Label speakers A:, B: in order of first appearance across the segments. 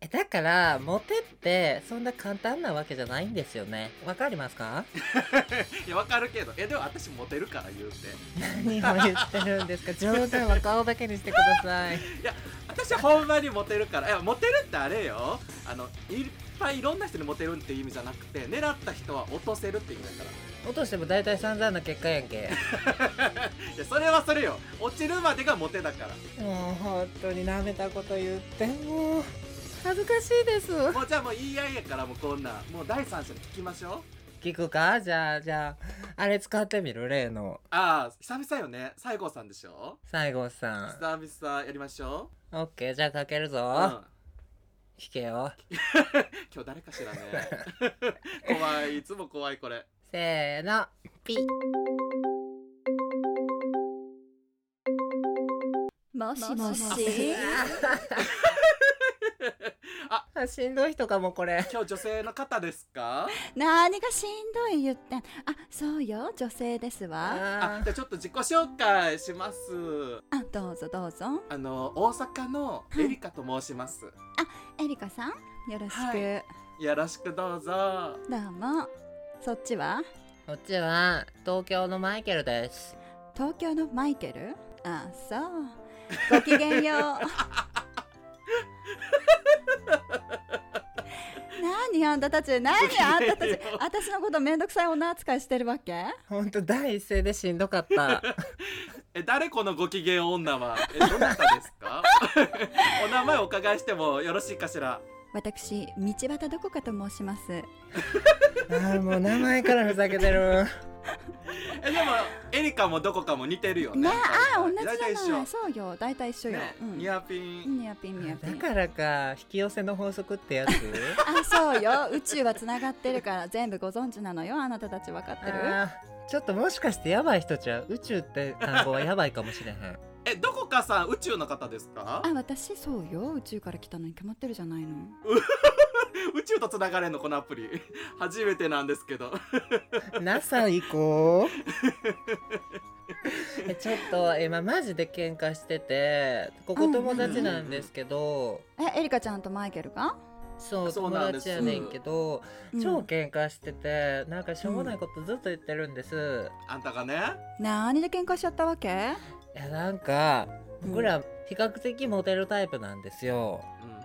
A: えだからモテってそんな簡単なわけじゃないんですよねわかりますか
B: いやわかるけどいやでも私モテるから言うて
A: 何を言ってるんですか冗談は顔だけにしてください
B: いや私はほんまにモテるからいやモテるってあれよあのいっぱいいろんな人にモテるっていう意味じゃなくて狙った人は落とせるって意味だか
A: 落としても大体散々な結果やんけ
B: らいやそれはそれよ落ちるまでがモテだから
A: もう本当に舐めたこと言ってもう恥ずかしいです
B: もうじゃあもう言い合いやからもうこんなんもう第三者に聞きましょう
A: 聞くかじゃあじゃああれ使ってみる例の
B: ああ久々よね西郷さんでしょ
A: 西郷さ
B: 久々やりましょ
A: んオッケーじゃあかけるぞ、
B: う、うん、
A: 引けよ
B: 今日誰かしらね 怖いいつも怖いこれ
A: せーのピッ
C: もしもし。
A: あしんどい人かもこれ
B: 今日女性の方ですか
C: 何がしんどい言ってん。あ、そうよ、女性ですわ。
B: あ
A: あ
B: じゃあちょっと自己紹介します
C: あ、どうぞどうぞ。
B: あの大阪のエリカと申します、
C: エリカさん、よろしく。
B: はよろしくどうぞ
C: どうも。そっちは
A: こっちは東京のマイケルです
C: 東京のマイケルあ、そう。ごきげんよう。何あんたたち何あんたたち私のことめんどくさい女扱いしてるわけ
A: ほんと第一声でしんどかった
B: え誰このご機嫌女はえどなたです かお名前お伺いしてもよろしいかしら
C: 私道端どこかと申します
A: あーもう名前からふざけてる
B: えでもエリカもどこかも似てるよね
C: ね
B: あ
C: あ同じ
B: 大体一
C: じゃ
B: 緒
C: ないそうよ大体一緒よ、
B: ね
C: うん
B: ニアピン
C: ニアピンニアピ
A: だ
C: ン
A: からか引き寄せの法則ってやつ
C: あそうよ宇宙はつながってるから全部ご存知なのよあなたたち分かってる
A: あーちょっともしかしてやばい人ちゃう宇宙って単語はやばいかもしれへん
B: えどこかさん宇宙の方ですか
C: あ私そうよ宇宙から来たのに決まってるじゃないの
B: 宇宙とつながれんのこのアプリ 初めてなんですけど
A: NASA 行こうえちょっと今マジで喧嘩しててここ友達なんですけど、
C: えエリカちゃんとマイケルが、
A: そう
B: そう
A: 友
B: なんです
A: 達やねんけど、
C: うん
A: 超喧嘩しててなんかしょうもないことずっと言ってるんです、
B: あんたがね
C: 何で喧嘩しちゃったわけ
A: いやなんか
C: うん
A: 僕ら比較的モテるタイプなんですよ、
B: うん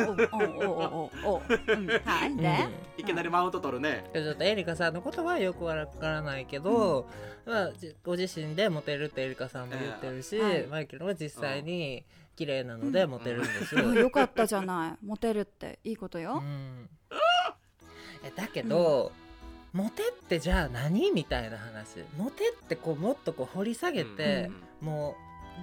C: おおおおおお、うん、はいで、
A: うん
B: いきなりマウント取るね
A: ちょっとエリカさんのことはよくわからないけど、まあ、じご自身でモテるってエリカさんも言ってるし、
C: ええはい
A: マイケルは実際に綺麗なのでモテるんです
C: あ
A: よ。
C: よかったじゃないモテるっていいこと
A: う
C: よ、
A: んえだけど、モテってじゃあ何みたいな話モテってこうもっとこう掘り下げて、もう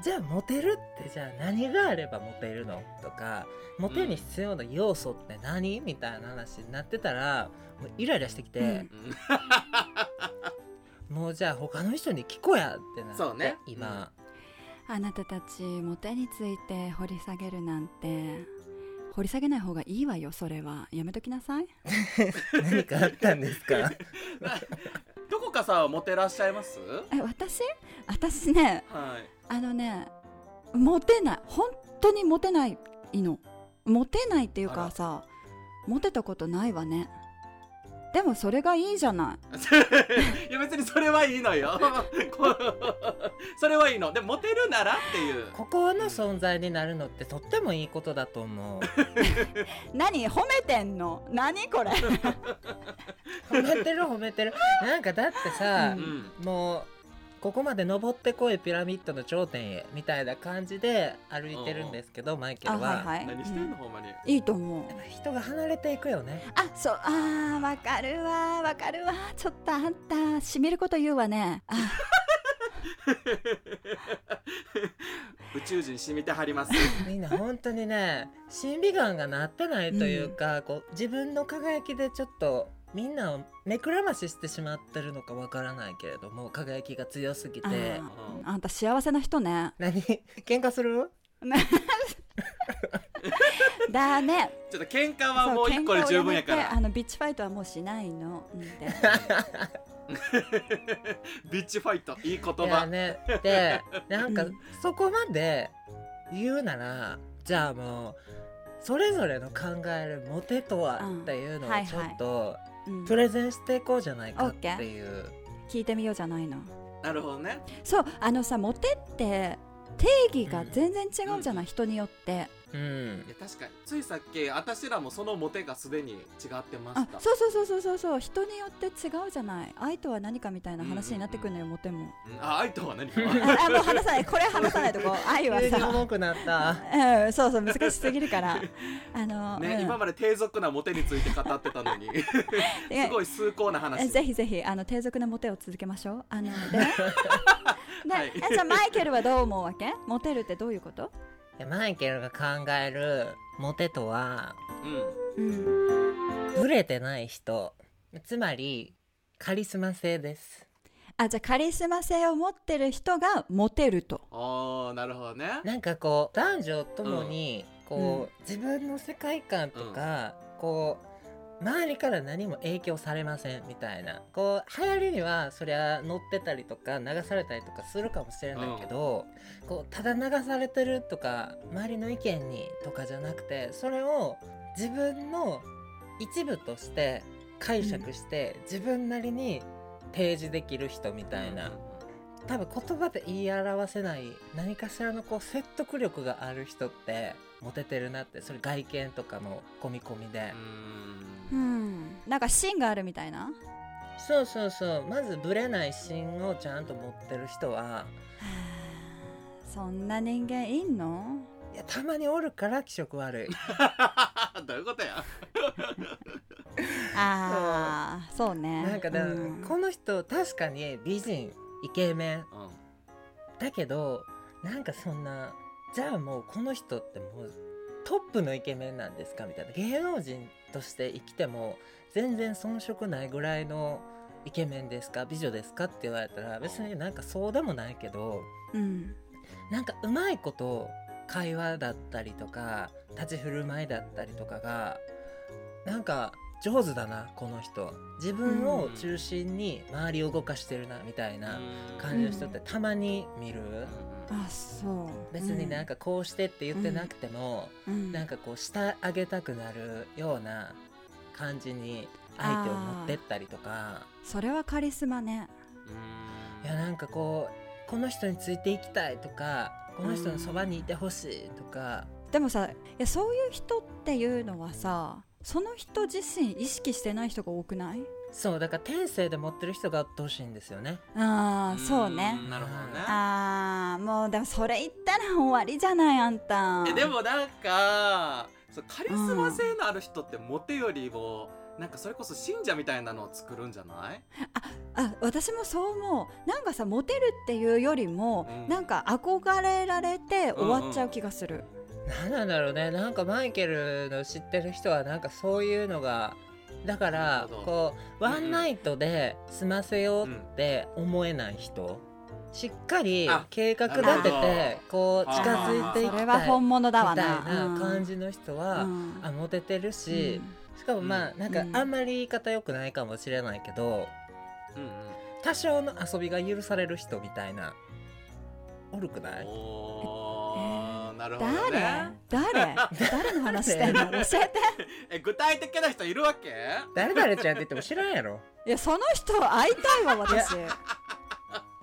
A: じゃあモテるってじゃあ何があればモテるのとかモテに必要な要素って何みたいな話になってたらもうイライラしてきて。
C: うん
B: うんうんうん
A: もうじゃあ他の人に聞こうやってなって
B: そうね
A: 今、
C: あなたたちモテについて掘り下げるなんて掘り下げない方がいいわよそれはやめときなさい
A: 何かあったんですか
B: どこかさんはモテらっしゃいます
C: え私私ね
B: はい
C: あのねモテない本当にモテないのモテないっていう
B: あ
C: からさモテたことないわねでもそれがいいじゃな い
B: いや別にそれはいいのよ こうそれはいいのでもモテるならってい う
A: ここの存在になるのってとってもいいことだと思う
C: 何褒めてんの何これ
A: 褒めてる褒めてるなんかだってさ
B: う、ん
A: もうここまで登ってこいピラミッドの頂点へみたいな感じで歩いてるんですけどマイケル
C: あ
A: は、
C: はいはい、
B: 何してんの
C: う
B: ほんまに
C: んいいと思う
A: やっぱ人が離れていくよね
C: あそうあーわかるわわかるわちょっとあんたしみること言うわねあ
B: 宇宙人染みてはります
A: みんな本当にね審美眼がなってないというか、こう自分の輝きでちょっとみんなを目くらまししてしまってるのかわからないけれども輝きが強すぎ
C: あ
A: て
C: ーあんた幸せな人ね
A: 何喧嘩する
C: だね
B: ちょっと喧嘩はもう一個で
C: そう
B: 十分やか
C: 喧嘩をめて
B: ら
C: あのビッチファイトはもうしないのうんで
B: ビッチファイトいい言
A: いや
B: 葉
A: ねでなん
C: う
A: か
C: ん
A: そこまで言うならじゃあもうそれぞれの考えるモテとは
C: うん
A: っていうのを
C: はいはい
A: ちょっと
C: うん
A: プレゼンしていこうじゃないか
C: オ
A: っ
C: ッ
A: て
C: ケー
A: いう
C: 聞いてみようじゃないの
B: なるほどね
C: そうあのさモテって定義が全然違うじゃない、人によって
A: うん
B: いや確かについさっき私らもそのモテがすでに違ってま
C: あ
B: した
C: そうそうそうそうそうそう人によって違うじゃない愛とは何かみたいな話になってくるのよ、モ テも
B: うんあ愛とは何か
C: ああ もう話さないこれ話さないとこ う愛は
A: 急に
C: さ
A: 重くなった
C: うん、そうそう難しすぎ るからあの、
B: ね、
C: うん
B: 今まで低俗なモテについて語ってたのに
C: いや
B: すごい崇高な話
C: ぜひぜひあの低俗なモテを続けましょう あのでで、
B: はい
C: えじゃあマイケルはどう思うわけモテるってどういうこと
A: いやマイケルが考えるモテとは
B: うん
C: うん
A: ブレてない人つまりカリスマ性です
C: あじゃあカリスマ性を持ってる人がモテると
B: ああなるほどね
A: なんかこう男女ともにこう、自分の世界観とか、こう周りから何も影響されませんみたいなこう流行りにはそりゃ乗ってたりとか流されたりとかするかもしれないけど、こうただ流されてるとか周りの意見にとかじゃなくてそれを自分の一部として解釈して、自分なりに提示できる人みたいな。多分言葉で言い表せない何かしらのこう説得力がある人ってモテてるなってそれ外見とかの込み込みで、
B: うん
C: うんなんか芯があるみたいな
A: そうそうそうまずブレない芯をちゃんと持ってる人は
C: そんな人間いんの
A: いやたまにおるから気色悪い
B: どういうことや
C: ああそうね
A: なんかだ、
C: うん
A: この人確かに美人イケメン
B: うん
A: だけどなんかそんなじゃあもうこの人ってもうトップのイケメンなんですかみたいな芸能人として生きても全然遜色ないぐらいのイケメンですか美女ですかって言われたら別になんかそうでもないけど
C: うん
A: なんかうまいこと会話だったりとか立ち振る舞いだったりとかがなんか上手だなこの人自分を中心に周りを動かしてるなみたいな感じの人ってたまに見る。
C: あそう
A: 別になん
C: か、
A: かこうしてって言ってなくても、
C: うん
A: なんかこう下上げたくなるような感じに相手を持ってったりとか
C: それはカリスマね
A: いやなんかこうこの人についていきたいとかこの人のそばにいてほしいとか、
C: でもさいやそういう人っていうのはさその人自身意識してない人が多くない
A: そうだから天性で持ってる人がどうしいんですよね。
C: ああ
B: ん
C: そうね
B: なるほ
C: ああもうでもそれ言ったら終わりじゃないあん
B: ど
C: た
B: ねえでもなんかそうカリスマ性のある人ってモテよりもなんかそれこそ信者みたいなのを作るんじゃない
C: あ私もそう思うなんかさモテるっていうよりも、
B: うん
C: なんか憧れられて終わっちゃう気がする、
A: なんなんだろうねなんかマイケルの知ってる人はなんかそういうのがだか
B: な
A: ら
B: るほど
A: こう
B: うんうん
A: ワンナイトで済ませようって思えない人しっかり
B: あ
A: 計画立て
B: なる
A: てこう近づいていき
C: そ
A: たいみ
C: れは
A: たい
C: 本物だわな
A: な感じの人
C: うん
A: は
C: うん
A: あモテてるししかもまあ
B: う
A: なんか
C: うん
A: あんまり言い方良くないかもしれないけど
B: うんうん
A: 多少の遊びが許される人みたいなおるくない
B: おーなるほどね
C: 誰誰誰の話して んの教えて
B: え具体的な人いるわけ
A: 誰々ちゃんって言っても知らんやろ
C: いやその人会いたいわ私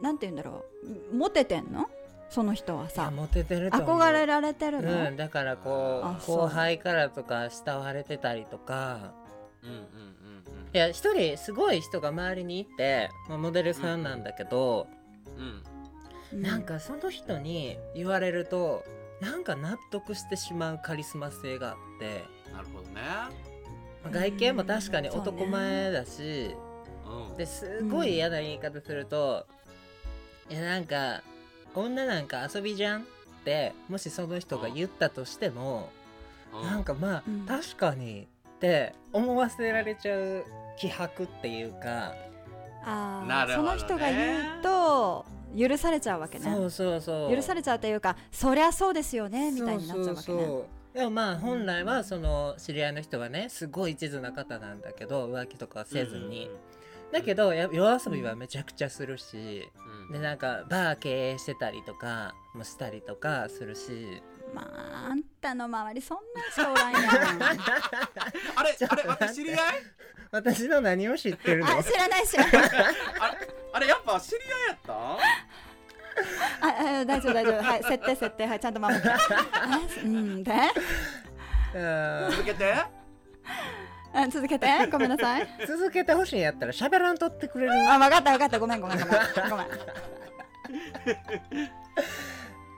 C: なんて言うんだろうモテてんの その人はい
A: や
C: さ
A: モテてると思う
C: 憧れられてるの、
A: うん、だからこ
C: あ
A: う
C: そう
A: 後輩からとか慕われてたりとか
B: うんうんうん
A: いや一人すごい人が周りにいて、まあ、モデルさんなんだけど、
B: うん
C: う
A: なんかその人に言われるとなんか納得してしまうカリスマ性があって、
B: うんなるほどね
A: まあ外見も
C: うん
A: 確かに
C: そうね
A: 男前だし、
B: うん
A: ですごい嫌な言い方すると、いやなんか女なんか遊びじゃんってもしその人が言ったとしても。
B: うん
A: なんかまあ、
C: うん
A: 確かにって思わせられちゃう気迫っていうか、
C: あー
B: なるほどね
C: その人が言うと許されちゃうわけ
A: そ
C: ね
A: うそうそう
C: 許されちゃうというかそりゃそうですよねみたいになっちゃうわけ
A: そうそう
C: ね
A: そうでもまあ本来はその知り合いの人はねすごい一途な方なんだけど浮気とかはせずに、だけどや夜遊びはめちゃくちゃするし、
B: うんうんうん
A: でなんかバー経営してたりとかもしたりとかするし
C: まああんたの周りそんなんしかおらんやん
B: あれ
A: ちょっと
B: あれ私知り合い
A: 私の何を知って るの
C: あ知らない知らない
B: あれ あれやっぱ知り合いやった
C: ああ大丈夫大丈夫はい設定設定はいちゃんと守ってあうんで
A: うん
B: 続けて
C: あ続けてごめんなさい
A: 続けてほしいんやったら喋らんとってくれる
C: あ分かった分かったごめんごめんごめんごめん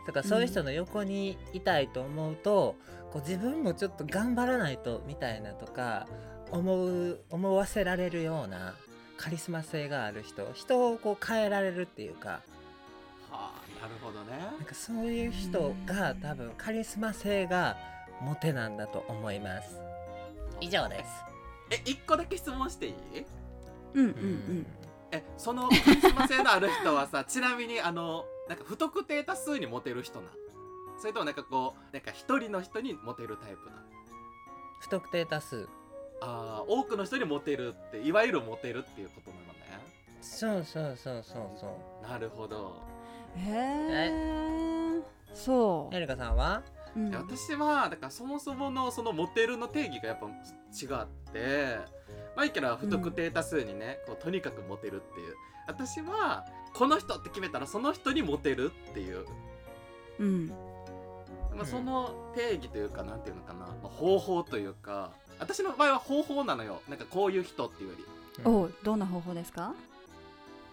A: とかそういう人の横にいたいと思うと、こう自分もちょっと頑張らないとみたいなとか思う思わせられるようなカリスマ性がある人人をこう変えられるっていうか
B: はあなるほどね
A: なんかそういう人が多分カリスマ性がモテなんだと思います以上です
B: え一個だけ質問していい
C: うんうん
B: えそのカリスマ性のある人はさ ちなみにあのなんか不特定多数にモテる人なんそれともなんかこうなんか一人の人にモテるタイプなん
A: 不特定多数
B: あー多くの人にモテるっていわゆるモテるっていうことなのね
A: そうそうそうそうそう
B: なるほど、
C: うんへえそ
A: エリカさんは
C: う、うん
B: いや私はだからそもそものそのモテるの定義がやっぱ違ってマイケルは不特定多数にね、こうとにかくモテるっていう私はこの人って決めたらその人にモテるっていう
C: うん
B: ま
A: うん
B: あ、その定義というか、なんていうのかな、まあ方法というか私の場合は方法なのよなんかこういう人っていうより
C: おうどんな方法ですか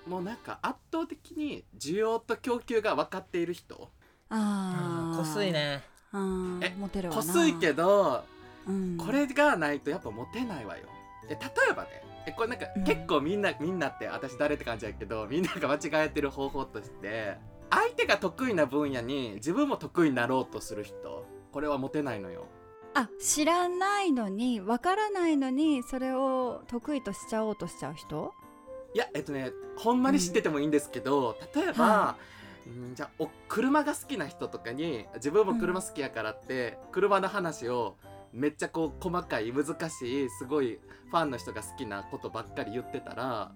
B: もうなんか圧倒的に需要と供給が分かっている人
C: あ
A: あー
C: あ
A: こすいね
C: あー
B: え
C: モテるわな
B: こすいけど
C: うん
B: これがないとやっぱモテないわよえ例えばねえこれなんか
C: うん
B: 結構みんな、みんなって私誰って感じやけどみんなが間違えてる方法として相手が得意な分野に自分も得意になろうとする人これはモテないのよ
C: あ知らないのにわからないのにそれを得意としちゃおうとしちゃう人
B: いやえっとねほんまに知っててもいいんですけど、例えば、
C: は
B: うんじゃあお車が好きな人とかに自分も車好きやからって、車の話をめっちゃこう細かい難しいすごいファンの人が好きなことばっかり言ってたら、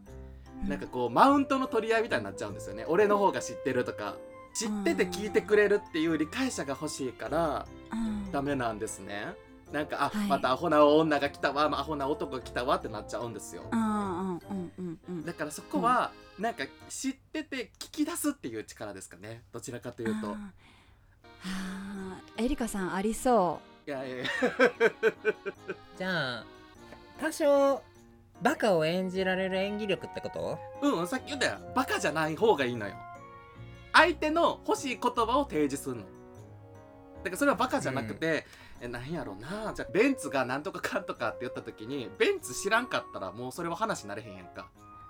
B: なんかこうマウントの取り合いみたいになっちゃうんですよね俺の方が知ってるとか知ってて聞いてくれるっていう理解者が欲しいから
C: うん
B: ダメなんですねなんかあ、
C: はい
B: またアホな女が来たわまあアホな男が来たわってなっちゃうんですよ、
C: あーうんうんうんうん
B: だからそこは、なんか知ってて聞き出すっていう力ですかねどちらかというと、
C: あーはーエリカさんありそ
B: いやいやいや
A: じゃあ多少バカを演じられる演技力ってこと
B: うんうんさっき言ったよバカじゃない方がいいのよ相手の欲しい言葉を提示するのだからそれはバカじゃなくて、えなんやろうなじゃあベンツがなんとかかんとかって言った時にベンツ知らんかったらもうそれは話になれへんやんか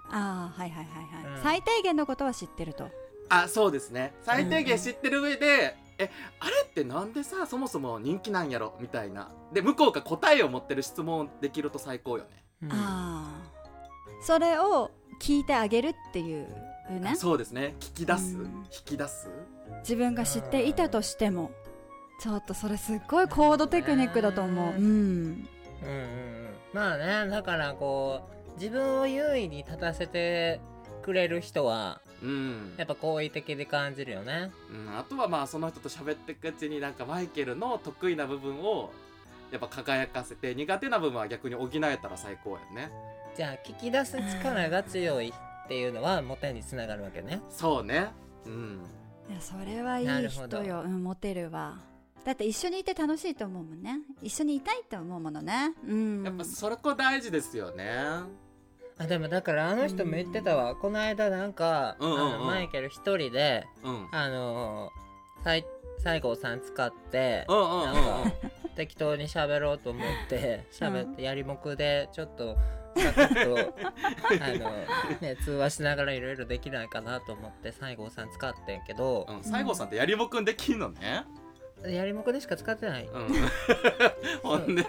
C: うああはいはいはいはい、
A: うん
C: 最低限のことは知ってると
B: あそうですね最低限知ってる上で、えあれってなんでさそもそも人気なんやろみたいなで向こうが答えを持ってる質問できると最高よね
A: うん
C: ああそれを聞いてあげるっていうね
B: あそうですね聞き出す、
C: うん
B: 引き出す
C: 自分が知っていたとしてもちょっとそれすっごい高度テクニックだと思う
A: ね
C: う
A: う
C: ん
A: んうんうんまあねだからこう自分を優位に立たせてくれる人は
B: うん、
A: やっぱ好意的で感じるよね
B: うん、あとはまあその人と喋っていくうちになんかマイケルの得意な部分をやっぱ輝かせて苦手な部分は逆に補えたら最高やね
A: じゃあ聞き出す力が強いっていうのはモテにつながるわけね
B: そうねうん
C: いやそれはい
A: ないるほど
C: 人よ、うん、モテるわだって一緒にいて楽しいと思うもんね一緒にいたいと思うものねうん
B: やっぱそれこ大事ですよね
A: あでもだからあの人も言ってたわ、この間なんか、
B: うんうんうん
A: あのマイケル一人で
B: うんうん
A: あのー、さい西郷さん使って
B: うんうんうん
A: なんか適当に喋ろうと思って喋ってやりもくでちょっとサクッとあの、ね、通話しながらいろいろできないかなと思って西郷さん使ってんけど、
B: うん西郷さんってやりもくんできんのね
A: やりもくでしか使ってない。
B: うんほんで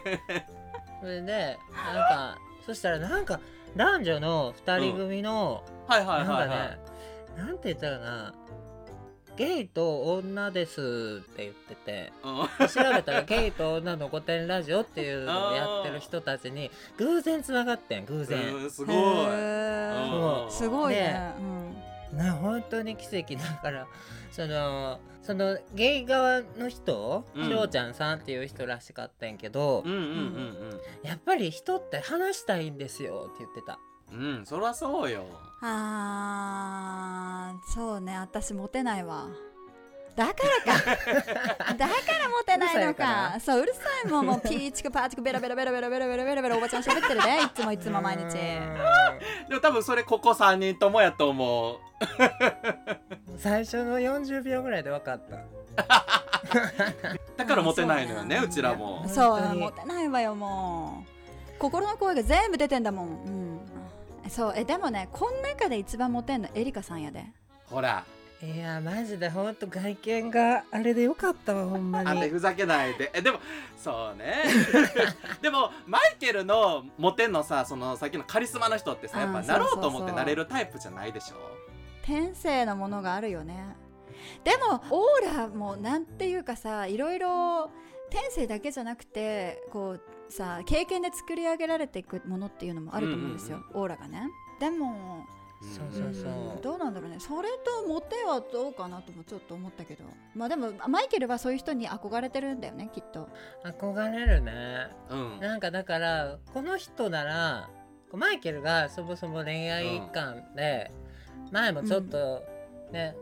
A: それでなんかそしたらなんか男女の2人組の、
B: はいは
A: な
B: いはい
A: んか
B: はい
A: ねなんて言ったらなゲイと女ですって言ってて。
B: うん
A: 調べたらゲイと女の御殿ラジオっていうのをやってる人たちに偶然つながってん偶然、
B: うんすごい
C: へー
B: うん
A: そ
C: すごいね
A: ね
C: うん
A: ね本当に奇跡だからそのそのゲイ側の人
B: うん
A: 翔、うちゃんさんっていう人らしかったんやけど、
B: うんうん
A: やっぱり人って話したいんですよって言ってた
B: うんうんうんそらそうよ
C: あーそうね私モテないわだからかだからモテないのか
A: う
C: そううるさいもんもうピーチクパーチクベラベラベラベラベラベラベラベラおばちゃん喋ってるねいつもいつも毎
A: う
C: 日
A: ーん
B: でも多分それここ3人ともやと思う
A: 最初の40秒ぐらいで分かった
B: だからモテないのよね
C: あそううね
B: ちらも
C: そ
A: 本当
C: う
A: に
C: モテないわよもう心の声が全部出てんだもん、うん、そうえでもねこん中で一番モテんのエリカさんやで
B: ほら
A: いやマジでほんと外見があれでよかったわほんま
B: あんた
A: に
B: ふざけないでえでもそう ねでもマイケルのモテのさそのさっきのカリスマの人ってさやっ
C: あ
B: ぱ
C: ー
B: なろうと
C: そう
B: 思っ
C: そう
B: て
C: そう
B: なれるタイプじゃないでしょ
C: 天性のものがあるよねでもオーラもなんていうかさいろいろ天性だけじゃなくてこうさ経験で作り上げられていくものっていうのもあると思うんですよ、
B: うん
C: オーラがねでも
A: そう
B: うん
A: そうそうん
C: どうなんだろうねそれとモテはどうかなともちょっと思ったけどまあでもマイケルはそういう人に憧れてるんだよねきっと
A: 憧れるね
B: うん
A: なんかだからこの人ならマイケルがそもそも恋愛観で、前もちょっとね、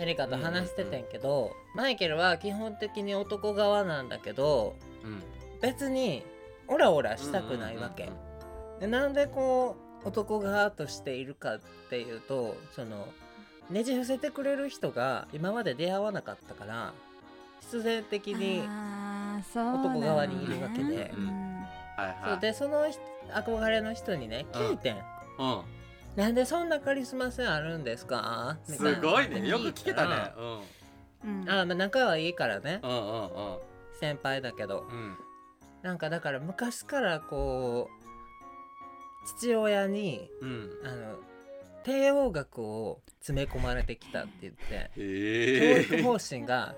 A: エリカと話しててんけど、マイケルは基本的に男側なんだけど
B: うん
A: 別にオラオラしたくないわけ、
B: うんうん
A: でなんでこう男側としているかっていうとそのねじ伏せてくれる人が今まで出会わなかったから必然的に
C: あーそうなんだね
A: 男側にいるわけで
C: うん
B: はい
A: そう
B: はい
A: でその人憧れの人にね聞いてん、
B: うん
A: なんでそんなカリスマ性あるんですかみたいな
B: すごいねよく聞けたねうん
C: うん
A: あーまあ仲はいいからね
B: うんうんうん
A: 先輩だけど
B: うん
A: なんかだから昔からこう父親に
B: うん
A: あの帝王学を詰め込まれてきたって言って教
B: へ
A: 育
B: え
A: 方針が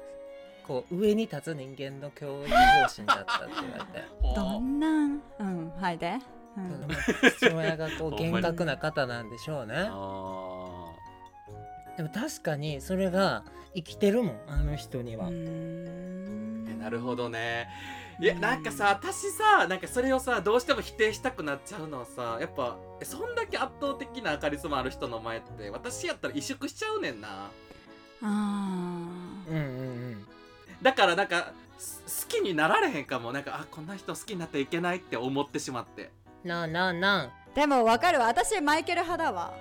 A: こう上に立つ人間の教育方針だったって言われて。
C: どんなんうんはいで、うん
A: 父親がこう厳格な方なんでしょう ね
B: あ
A: でも確かにそれが生きてるもんあの人には、
B: ー えなるほどねいやなんかさ私さなんかそれをさどうしても否定したくなっちゃうのはさやっぱえそんだけ圧倒的なカリスマある人の前って私やったら萎縮しちゃうねんな
C: あ
A: うんうん
B: だからなんかす好きになられへんかもなんかあこんな人好きになっていけないって思ってしまって
A: うんなあなあなあ
C: ーでもわかるわ私マイケル派だわ、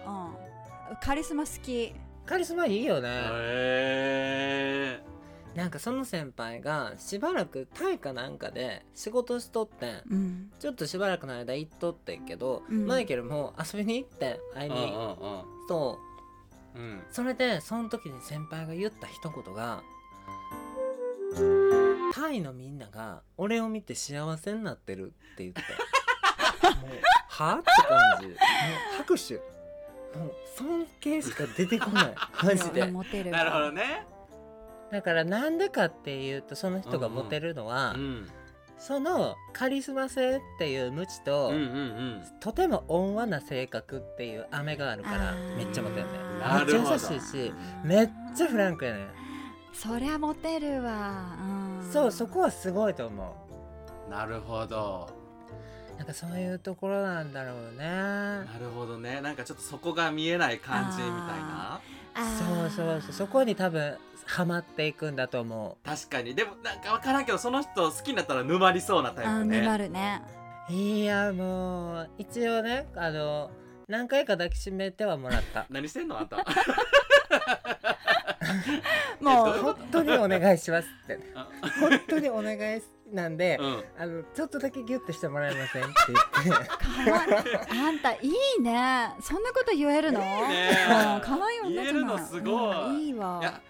C: うん、カリスマ好き
A: カリスマいいよね、
B: へえ
A: なんかその先輩がしばらくタイかなんかで仕事しとってん
C: うん
A: ちょっとしばらくの間行っとってんけど、
C: うん
A: マイケルも遊びに行ってん会い
B: うん
A: に、
B: うん
A: と
B: うんうん
A: それでその時に先輩が言った一言が「タイのみんなが俺を見て幸せになってる」って言 ってもうはって感じもう拍手もう尊敬しか出てこないマジ
C: い
A: で
C: やモテるわ
B: なるほどね
A: だからなんでかっていうとその人がモテるのは、
B: うん
A: そのカリスマ性っていう無知と、
B: うんうん
A: とても温和な性格っていう飴があるから
C: あー
A: めっちゃモテるねめ
B: なる
A: っ
B: ほ
A: ち
B: ど
A: ゃ優しいしめっちゃフランクやね
C: そりゃモテるわ、うん、
A: そうそこはすごいと思
B: うんなるほど
A: うなんかそういうところなんだろうね
B: なるほどねなんかちょっとそこが見えない感じみたいな
A: そうそうそうそこに多分ハマっていくんだと思
B: 確かにでもなんか分からんけどその人好きになったら沼りそうなタ
C: あ
B: イ
C: ー
B: プね
C: 沼るね
A: ういやもう一応ねあの何回か抱きしめてはもらった
B: 何してんのあんたえどういう
C: もう
A: 本当にお願いしますって
B: あ
A: 本当にお願いなんで、
B: うん
A: あのちょっとだけギュッとしてもらえませんって言って
C: かわいあんたいいねそんなこと言えるのいい
B: ね
C: 可愛い女じ
B: 言え
C: ゃない
B: るのすごい
C: うんいいわ
B: いや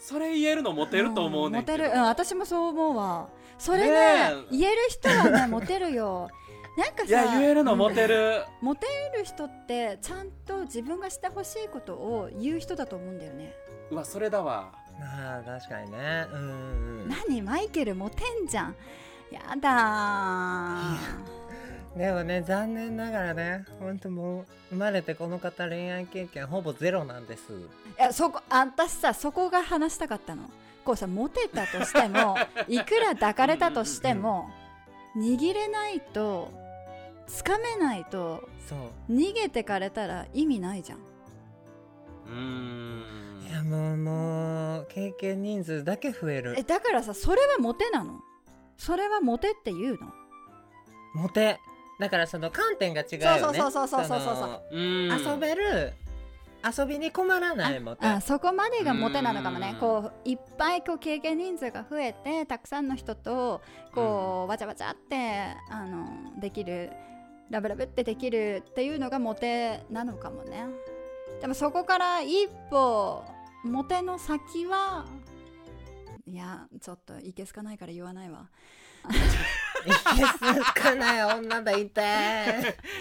B: それ言えるのモテると思うねん
C: ん
B: け
C: モテ
B: ど
C: る、うん、私もそう思うわそれね
B: ねえ
C: 言える人はね モテるよなんかさ
B: いや言えるのモテる
C: モテる人ってちゃんと自分がしてほしいことを言う人だと思うんだよね
B: うわそれだわ
A: まあ確かにねうんうんうん
C: 何マイケルモテんじゃんやだー
A: でもね残念ながらねほんともう生まれてこの方恋愛経験ほぼゼロなんです
C: いやそこあんたさそこが話したかったのこうさモテたとしてもいくら抱かれたとしても握れないとつかめないと
A: そう
C: 逃げてかれたら意味ないじゃん
B: うーん
A: いやもうもう経験人数だけ増え
C: え
A: る
C: だからさそれはモテなのそれはモテって言うの
A: モテだからその観点が違うよね
C: そうそうそうそうそうそうそう
A: の
B: うーん
A: 遊べる遊びに困らないモテ
C: あそこまでがモテなのかもね
B: うん
C: こういっぱいこう経験人数が増えてたくさんの人とこうわちゃわちゃってあのできるラブラブってできるっていうのがモテなのかもねでもそこから一歩モテの先はいやちょっといけすかないから言わないわ
A: いけすかない女だいて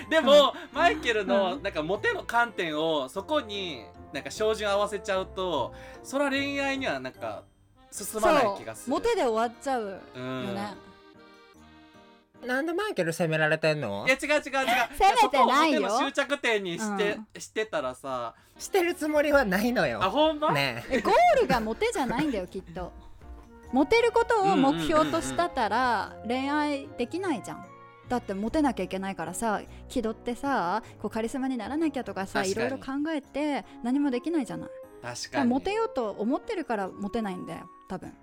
B: でもマイケルの
C: うん
B: なんかモテの観点をそこになんか照準合わせちゃうとそら恋愛にはなんか進まない気がする
C: モテで終わっちゃう
B: うん
C: よね、
A: なんでマイケル責められてんの
B: いや違う違う違う
C: めてないよ
B: そこをモテの終着点にして、してたらさ
A: してるつもりはないの
B: あ
A: よ
B: ほんま、
A: ね
C: えゴールがモテじゃないんだよきっとモテることを目標としたたら恋愛できないじゃんだってモテなきゃいけないからさ気取ってさこうカリスマにならなきゃとかさ
B: 確
C: い
B: かに
C: ろいろ考えて何もできないじゃない
B: 確
C: だか
B: からに
C: モテようと思ってるからモテないんだよ多分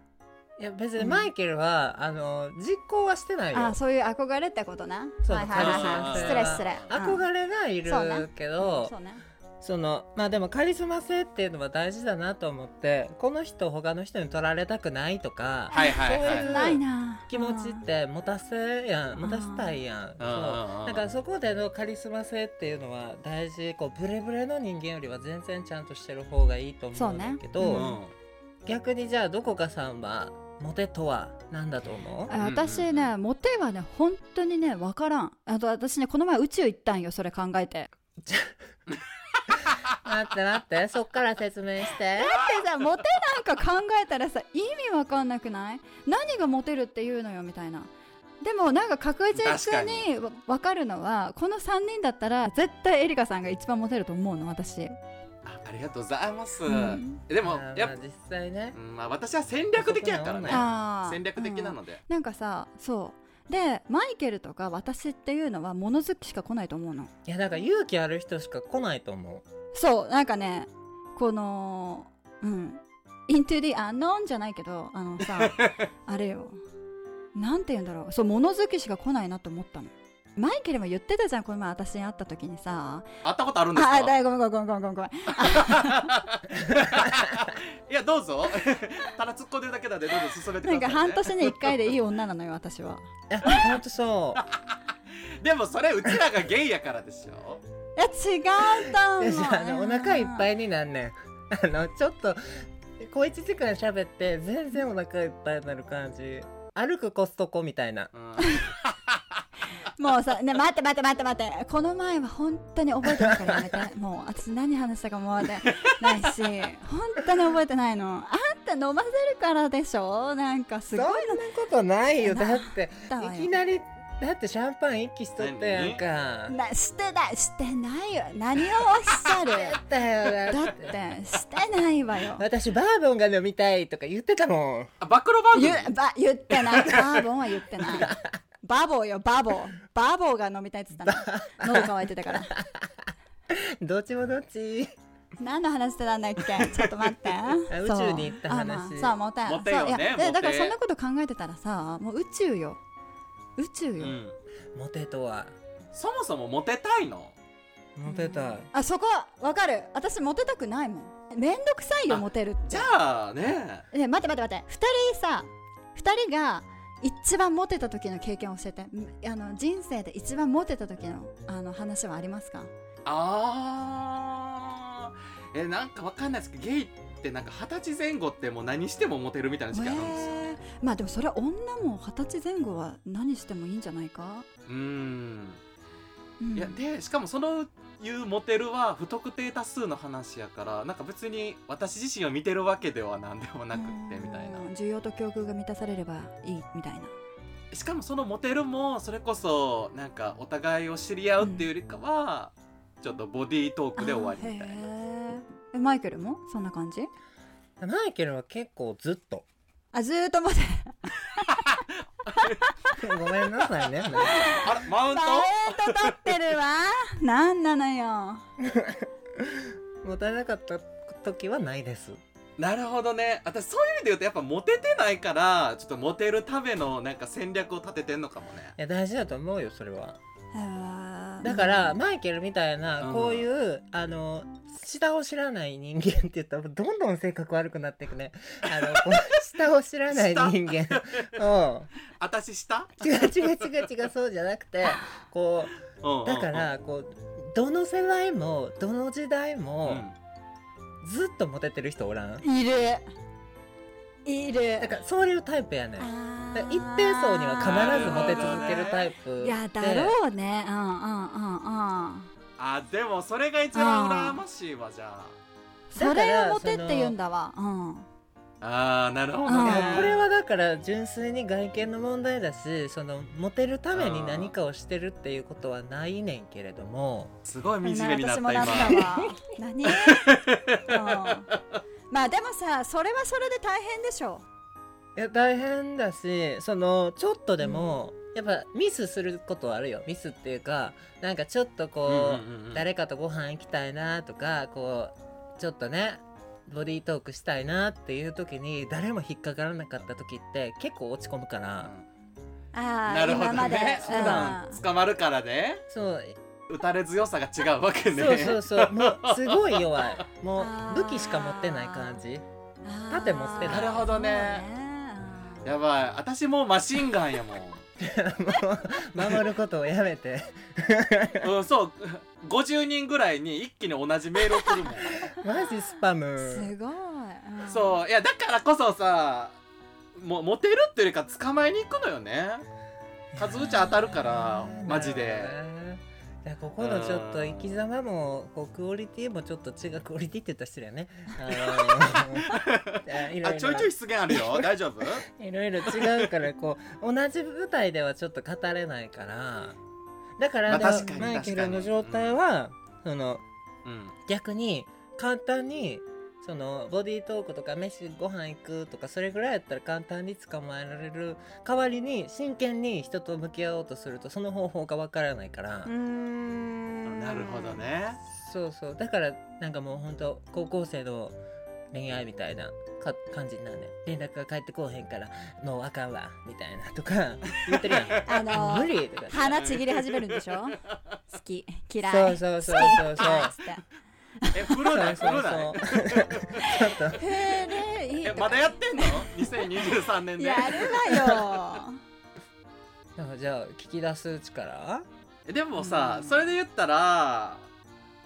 A: いや別にマイケルは、あの実行はしてないよ
C: ああそういう憧れってことな
A: そう
C: はいはいはい
B: カ
C: は
B: リス
C: い失
B: マ
C: 礼
B: 性
C: 失礼うん
A: 憧れがい
C: そうね
A: るけど、
C: そうね
A: そのまあでもカリスマ性っていうのは大事だなと思ってこの人を他の人に取られたくないとか
B: はいはいはい
A: そういう
C: ないな
A: 気持ちって持たせやん
C: ん
A: 持たせたいやん
B: う
A: そ
B: んうんうん
A: うだからそこでのカリスマ性っていうのは大事こうブレブレの人間よりは全然ちゃんとしてる方がいいと思うんだけど、
C: そうね
B: ん
A: 逆にじゃあどこかさんはモテとは何だと思う
C: あ私ねモテはね本当にね分からんあと私ねこの前宇宙行ったんよそれ考えて
A: 待って待ってそっから説明して
C: ってさモテなんか考えたらさ意味わかんなくない何がモテるっていうのよみたいなでもなんか確
B: 確
C: 実
B: かに
C: にわわかるのはこの3人だったら絶対エリカさんが一番モテると思うの私、
B: あありがとうございます、
C: うん
B: でも
A: あー
B: や
A: ま
B: っ
A: あ実際ね
B: ぱ、うんまあ、私は戦略的やから
A: そこ
B: ね
A: なもん
C: あー
B: 戦略的なので、
C: なんかさそうでマイケルとか私っていうのは物好きしか来ないと思うの
A: いやだから勇気ある人しか来ないと思う
C: そうなんかねこのうん「into the unknown」じゃないけどあの さあれよなんて言うんだろうそう物好きしか来ないなと思ったのマイケルも言ってたじゃんこの前私に会った時にさ
B: 会ったことあるんですか
C: あだいごめんごめんごめんごめんごめんごめん
B: いやどうぞ ただ突っ込んでるだけなんでどうぞ進めてください、
C: な
B: ね、
C: んか半年に1回でいい女なのよ私はい
A: やほんとそう
B: でもそれうちらがゲイやからでしょ
C: いや違うと思
A: で
C: う
A: じ ゃあねお腹いっぱ
C: い
A: いになんねんあのちょっと小一時間喋って全然お腹いっぱいになる感じ歩くコストコみたいな
B: うん
C: もうさ、ね、待って待って待って待ってこの前は本当に覚えてないからや めてもう私何話したかも覚えてないし本当に覚えてないのあんた飲ませるからでしょなんかす
A: そ
C: ご
A: ん
C: い
A: な
C: の
A: ことないよ
C: な
A: だって
C: だわ
A: いき
C: よ
A: なりだってシャンパン一気しとったやんか
C: なしてないしてないよ何をおっし ゃる
A: だよ
C: だ
A: だ
C: っ
A: って
C: てしてないわ よ
A: 私バーボンが飲みたいとか言ってたもん
B: あ暴露番組
C: 言ば言ってないバーボンは言ってないバボーよバボーバボーが飲みたいって言った の喉乾いてたから
A: どっちもどっち
C: 何の話してた んだっけちょっと待って
A: 宇
C: そう
A: 宙に行った話
C: あまあそうモテ
B: モテよね
C: そういや
B: モテ
C: でだからそんなこと考えてたらさもう宇宙よ宇宙
B: う
C: よ、
B: ん、
A: モテとは
B: そもそもモテたいの
A: モテたい
C: あそこわかる私モテたくないもんめんどくさいよ
B: あ
C: モテるって
B: じゃあね
C: ね待って待って待って2人さ2人が一番モテた時の経験を教えてんあの人生で一番モテた時のあの話はありますか
B: あーえなんかわかんないですけどゲイってなんか二十歳前後ってもう何してもモテるみたいな時期あるんですよ、
C: えーまあでもそれは女も二十歳前後は何してもいいんじゃないか、
B: うん
C: うん、
B: いやでしかもそのいうモテるは不特定多数の話やからなんか別に私自身を見てるわけでは何でもなくってみたいな
C: うん需要と供給が満たされればいいみたいな
B: しかもそのモテるもそれこそなんかお互いを知り合うっていうよりかは、ちょっとボディートークで終わりみたい
C: あ
B: な
C: ーへーえマイケルもそんな感じ
A: マイケルは結構ずっと
C: あずーっと待って
A: ごめんなさいねなんか
B: あらマウント
C: マウント取ってる わなんなのよ
A: モテなかった時はないです
B: なるほどね私そういう意味で言うとやっぱモテてないからちょっとモテるためのなんか戦略を立ててんのかもね
A: いや大事だと思うよそれは
C: あー
A: だからマイケルみたいな
B: うん
A: こういうあの下を知らない人間って言ったらどんどん性格悪くなっていくねあの こう下を知らない人間を
B: 私した
A: 違う違う違う違うそうじゃなくてこ
B: うんうんう
A: うんだからこうどの世代もどの時代もずっとモテてる人おらん
C: いるいる
A: だからそういうタイプやねん
C: あー
A: だから一定層には必ずモテ続けるタイプ
C: いやだ
A: で
C: ろうねうんうんうんうん
B: あでもそれが一番羨ましいわじゃ
C: それをモテ
A: だから
C: っ
A: その
C: て言うんだわうん
B: ああーなるほ
C: う
B: ど
A: い
C: ん
B: ね
A: やこれはだから純粋に外見の問題だしそのモテるために何かをしてるっていうことはないねんけれども
B: すごい惨めになっ
C: 私も
B: た
C: な
B: 今
C: ったわ何、うん、まあでもさそれはそれで大変でしょ
A: いや大変だしそのちょっとでも、やっぱミスすることはあるよミスっていうかなんかちょっとこう,、
B: うんうんうんうん
A: 誰かとご飯行きたいなとかこうちょっとねボディートークしたいなっていう時に誰も引っかからなかった時って結構落ち込むから、
C: ああ
B: なるほ
C: 今
B: ど
C: まで
B: ね普段
C: うん
B: 捕まるから ね
A: そう
B: 打たれ強さが違うわけ ね
A: そうそうそうもうすごい弱いもう武器しか持ってない感じ
C: あー
A: 盾も捨てない
B: なるほどね
C: そうね
B: やばい私もうマシンガンやもん
A: もう守ることをやめて
B: うん、そう50人ぐらいに一気に同じメール送るもん
A: マジスパ
C: うん
A: ム
C: すごい、うん
B: そういやだからこそさもモテるっていうよりか捕まえに行くのよね数打ち当たるからマジで
A: いやここのちょっと生き様もこうクオリティもちょっと違うクオリティって言ったら失礼やねあの いろ
B: あ
A: い
B: ちょいちょい
A: ろ
B: 失言あるよ大丈夫
A: いろいろ違うからこう同じ舞台ではちょっと語れないからだから、
B: まあ確かに
A: マイケルの
B: 確かに
A: 状態は、その
B: うん
A: 逆に簡単にそのボディートークとか飯ご飯行くとかそれぐらいやったら簡単に捕まえられる代わりに真剣に人と向き合おうとするとその方法がわからないから、
C: うーん
B: なるほどね
A: そうそうだからなんかもうほんと高校生の恋愛みたいなか感じになんねん連絡が返ってこうへんからもうあかんわみたいなと か言ってるやん
C: あの
A: 無理とか
C: 鼻ちぎり始めるんでしょ好き嫌い
A: そうそうそうそうそう
C: 好きつって
B: え振るな
A: そう
B: い振
A: そうそ
B: るないう
A: ちょっと
C: へえねいい
B: え
C: とか
B: まだやってんの2023年で
C: やるわ よ
A: なんかじゃあ聞き出す力
B: えでもさ、
C: うん
B: それで言ったら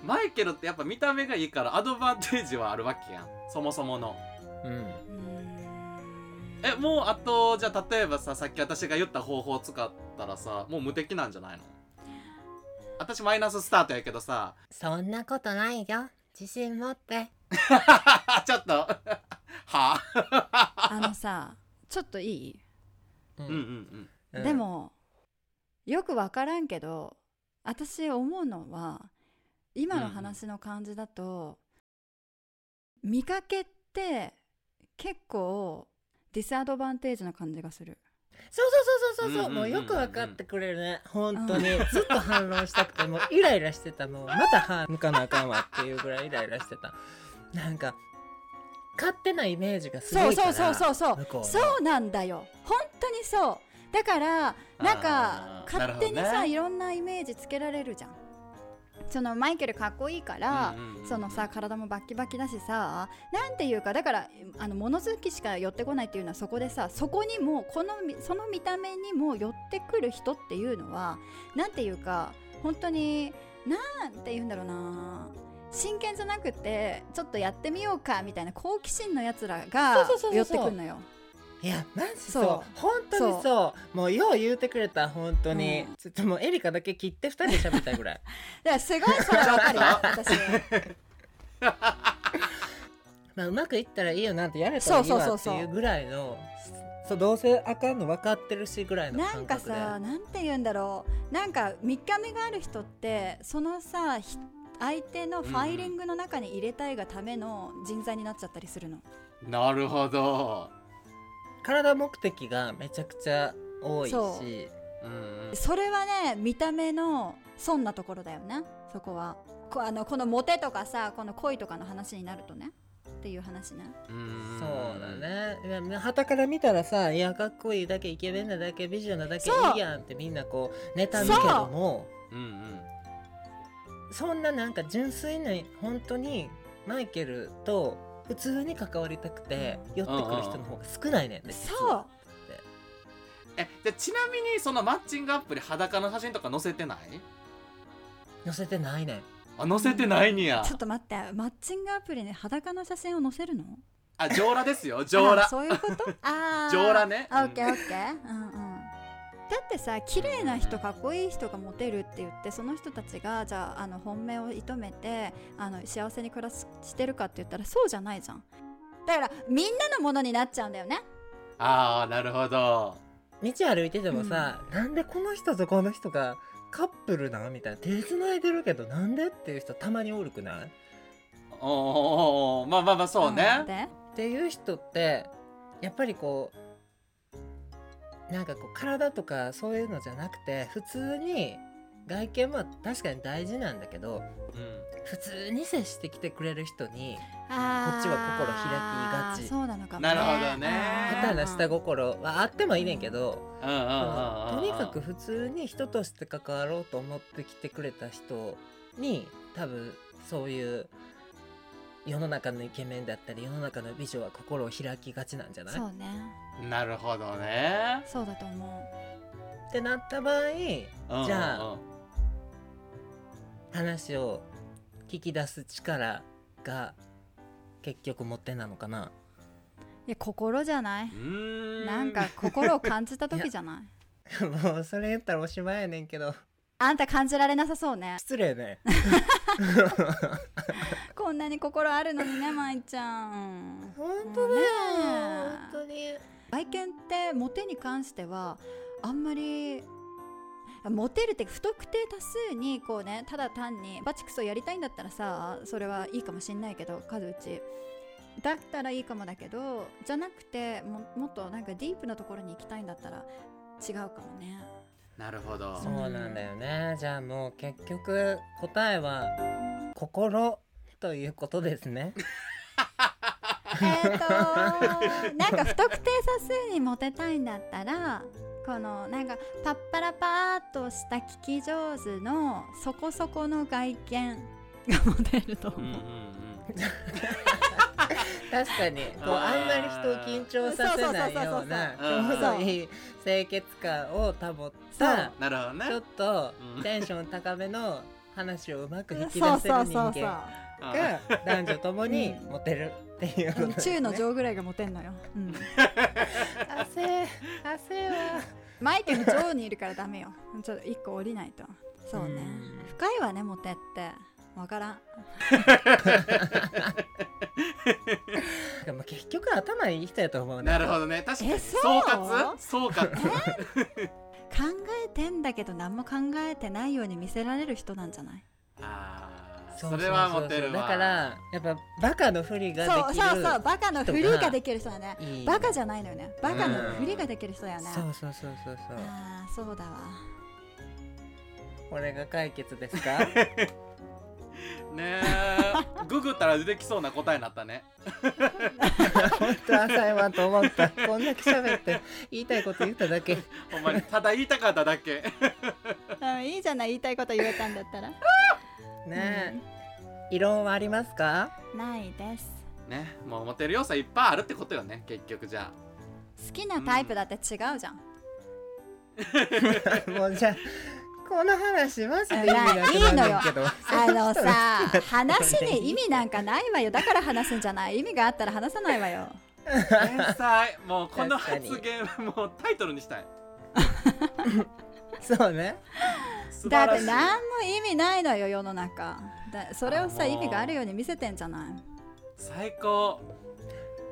B: マイケルってやっぱ見た目がいいからアドバンテージはあるわけやんそもそもの
A: うん
C: うーん
B: えもうあとじゃあ例えばささっき私が言った方法を使ったらさもう無敵なんじゃないの私マイナススタートやけどさ
A: そんなことないよ。自信持って。
B: ちょっと はあ
C: あのさちょっといい、
A: う
B: うんうんう。ん
C: で、もよくわからんけど私思うのは今の話の感じだと、見かけって結構ディスアドバンテージな感じがする
A: そうそうそうそうそう。もうよくわかってくれるね。本当に。
C: う
A: ずっと反論したくて、もうイライラしてた。もうまた歯向かなあかんわっていうぐらいイライラしてた。なんか、勝手なイメージがす
C: そ
A: ご
C: う
A: いか
C: そう
A: ら。
C: そうそうそう
A: 向こうの
C: そうなんだよ本当にそうだからなんか
B: あー
C: 勝手に
B: なるほど
C: さ、
B: ね
C: いろんなイメージつけられるじゃんそのマイケルかっこいいから、
B: うんうんうん
C: そのさ体もバッキバキだしさなんていうかだからあの物好きしか寄ってこないっていうのはそこでさそこにもこのみその見た目にも寄ってくる人っていうのはなんていうか本当になんて言うんだろうな真剣じゃなくてちょっとやってみようかみたいな好奇心のやつら
A: そう
C: が
A: そうそうそう
C: 寄ってくるのよ。
A: いや、マジそう。
C: そ
A: 本当にそう。もうよう言うてくれた。本当に。
C: う
A: ちょっともうエリカだけ切って二人で喋りたいぐらい。
C: だからすごいそれわかるよ私
A: まあ、うまくいったらいいよなんてやれたらいい
C: そうそ
A: わ
C: う
A: って
C: そうそう
A: いうぐらいのそうどうせあかんの分かってるしぐらいの
C: な
A: 感
C: んか
A: 覚で
C: さなんて言うんだろうなんか3日目がある人ってそのさひ相手のファイリングの中に入れたいがための人材になっちゃったりするの、
B: なるほど、
A: 体目的がめちゃくちゃ多い
C: そ
A: し
B: うんうん、
C: それはね見た目の損なところだよねそこはこあのこのモテとかさこの恋とかの話になるとねっていう話ね
B: うん
A: そうだねいやまあ傍から見たらさいやかっこいいだけイケメンなだけ美女なだけい
C: そう
A: いやんってみんなこう妬むけども
B: うんうん
A: そんななんか純粋な本当にマイケルと普通に関わりたくて寄ってくる人の方が少ないねんね実
C: そう
A: は
B: えじゃあちなみにそのマッチングアプリ裸の写真とか載せてない
A: 寄せてないねん
B: あ載せてないにや
C: ちょっと待ってマッチングアプリに裸の写真を載せるの
B: あ上裸ですよ上裸
C: あそういうこと ああ
B: 上裸ね
C: あオッケーオッケーうんうんだってさ綺麗な人かっこいい人がモテるって言ってその人たちがじゃああの本命を射止めてあの幸せに暮らししてるかって言ったらそうじゃないじゃんだからみんなのものになっちゃうんだよね
B: ああなるほど
A: 道歩いててもさ、なんでこの人とこの人がカップルなんみたいな手繋いでるけどなんでっていう人たまにおるくない
B: おーおーおーまあまあまあそう
C: なん
B: ね
C: で
A: っていう人ってやっぱりこうなんかこう体とかそういうのじゃなくて普通に外見は確かに大事なんだけど
B: うん
A: 普通に接してきてくれる人に
C: あー
A: こっちは心開きがち
C: そうなのかも、
B: なるほどね
C: うん
A: 下手な下心はあってもいいねんけど、
B: う
A: そ
B: んうん
A: の
B: うんうん
A: とにかく普通に人として関わろうと思ってきてくれた人に多分そういう世の中のイケメンだったり世の中の美女は心を開きがちなんじゃない
C: そうね
B: なるほどね
C: そうだと思
A: ってなった場合
B: うんうんうん
A: じゃあ話を聞き出す力が結局モテなのかな
C: ういや心じゃないう
B: ーん
C: なんか心を感じた時じゃない
A: もうそれ言ったらおしまいやねんけど
C: あんた感じられなさそうね
A: 失礼ね
C: こんなに心あるのにねまいちゃん
A: 本
C: 当だよ
A: 本当に
C: 外見ってモテに関してはあんまりモテるって不特定多数にこうねただ単にバチクソやりたいんだったらさそれはいいかもしんないけど数うちだったらいいかもだけどじゃなくてももっとなんかディープなところに行きたいんだったら違うかもね
B: なるほど
A: そうなんだよねじゃあもう結局答えは心ということですね
C: えっとなんか不特定多数にモテたいんだったらこのなんかパッパラパーっとした聞き上手のそこそこの外見がモテると思
B: う
C: う、
B: んうん
A: 確かにこう
B: あ
A: あ
B: ー
A: んまり人を緊張させないような
B: そうそうそうそうそう
A: ちょうどいい清潔感を保った
B: うんなるほどね
A: ちょっと
B: うん
A: テンション高めの話をうまく引き出せ
C: そう
A: る
C: そう
A: 人
C: そう
A: 間が
C: そ
A: 男女ともにモテるっていうこと
C: う
A: ですね
C: 中の上ぐらいがモテんのよ、うん、
A: 汗汗は
C: マイケル上にいるからダメよちょっと一個降りないとそうね
A: うん
C: 深いわねモテってわからん
A: でも結局頭いい人やと思う
B: うん
A: ね
B: なるほどね確かに
C: えそう
B: 総括総括
C: 考えてんだけど何も考えてないように見せられる人なんじゃない
B: あー
A: そう
B: そ
A: そうそうそう
B: れはモテるわ
A: だからやっぱバカのふりが
C: そう
A: できる
C: そうそうバカのフリができる人だね
A: いい
C: バカじゃないのよねバカのフリができる人だよね
A: そうそうそうそうそう
C: ああそうだわ
A: これが解決です か
B: ねえググったら出てきそうな答えになったね
A: 本当浅いわと思 ったこんだけ喋って言いたいこと言っただけ
B: ほんまにただ言いたかっただけ
C: あいいじゃない言いたいこと言えたんだったら
A: ねえ異論はありますか
C: ないです
B: ねもうモテる要素いっぱいあるってことよね結局じゃ
C: 好きなタイプだって違うじゃん、
A: もうじゃあこの話マジで意味なくなるけど
C: あのさ話に意味なんかないわよだから話すんじゃない意味があったら話さないわよ
B: あ天才もうこの
A: 確か
B: 発
A: に
B: 言もうタイトルにしたい
A: そうね
B: 素
C: だ
B: 晴らしてい
C: っ何も意味ないのよ世の中だそれをさ
B: あもう
C: 意味があるように見せてんじゃない
B: 最高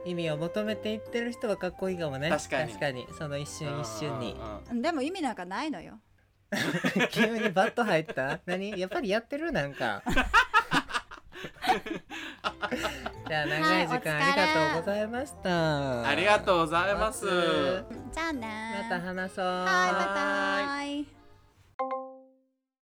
A: 意味を求めていってる人はかっこいいかもね
B: 確かに
A: その一瞬一瞬に
B: うんうんうん
C: でも意味なんかないのよ
A: 急にバット入った何やっぱりやってるなん かじゃあ長い時間
C: はいお疲れ
A: ありがとうございました
B: ありがとうございます。
A: ま
C: じゃあね
A: また話そう
C: はいバイバイ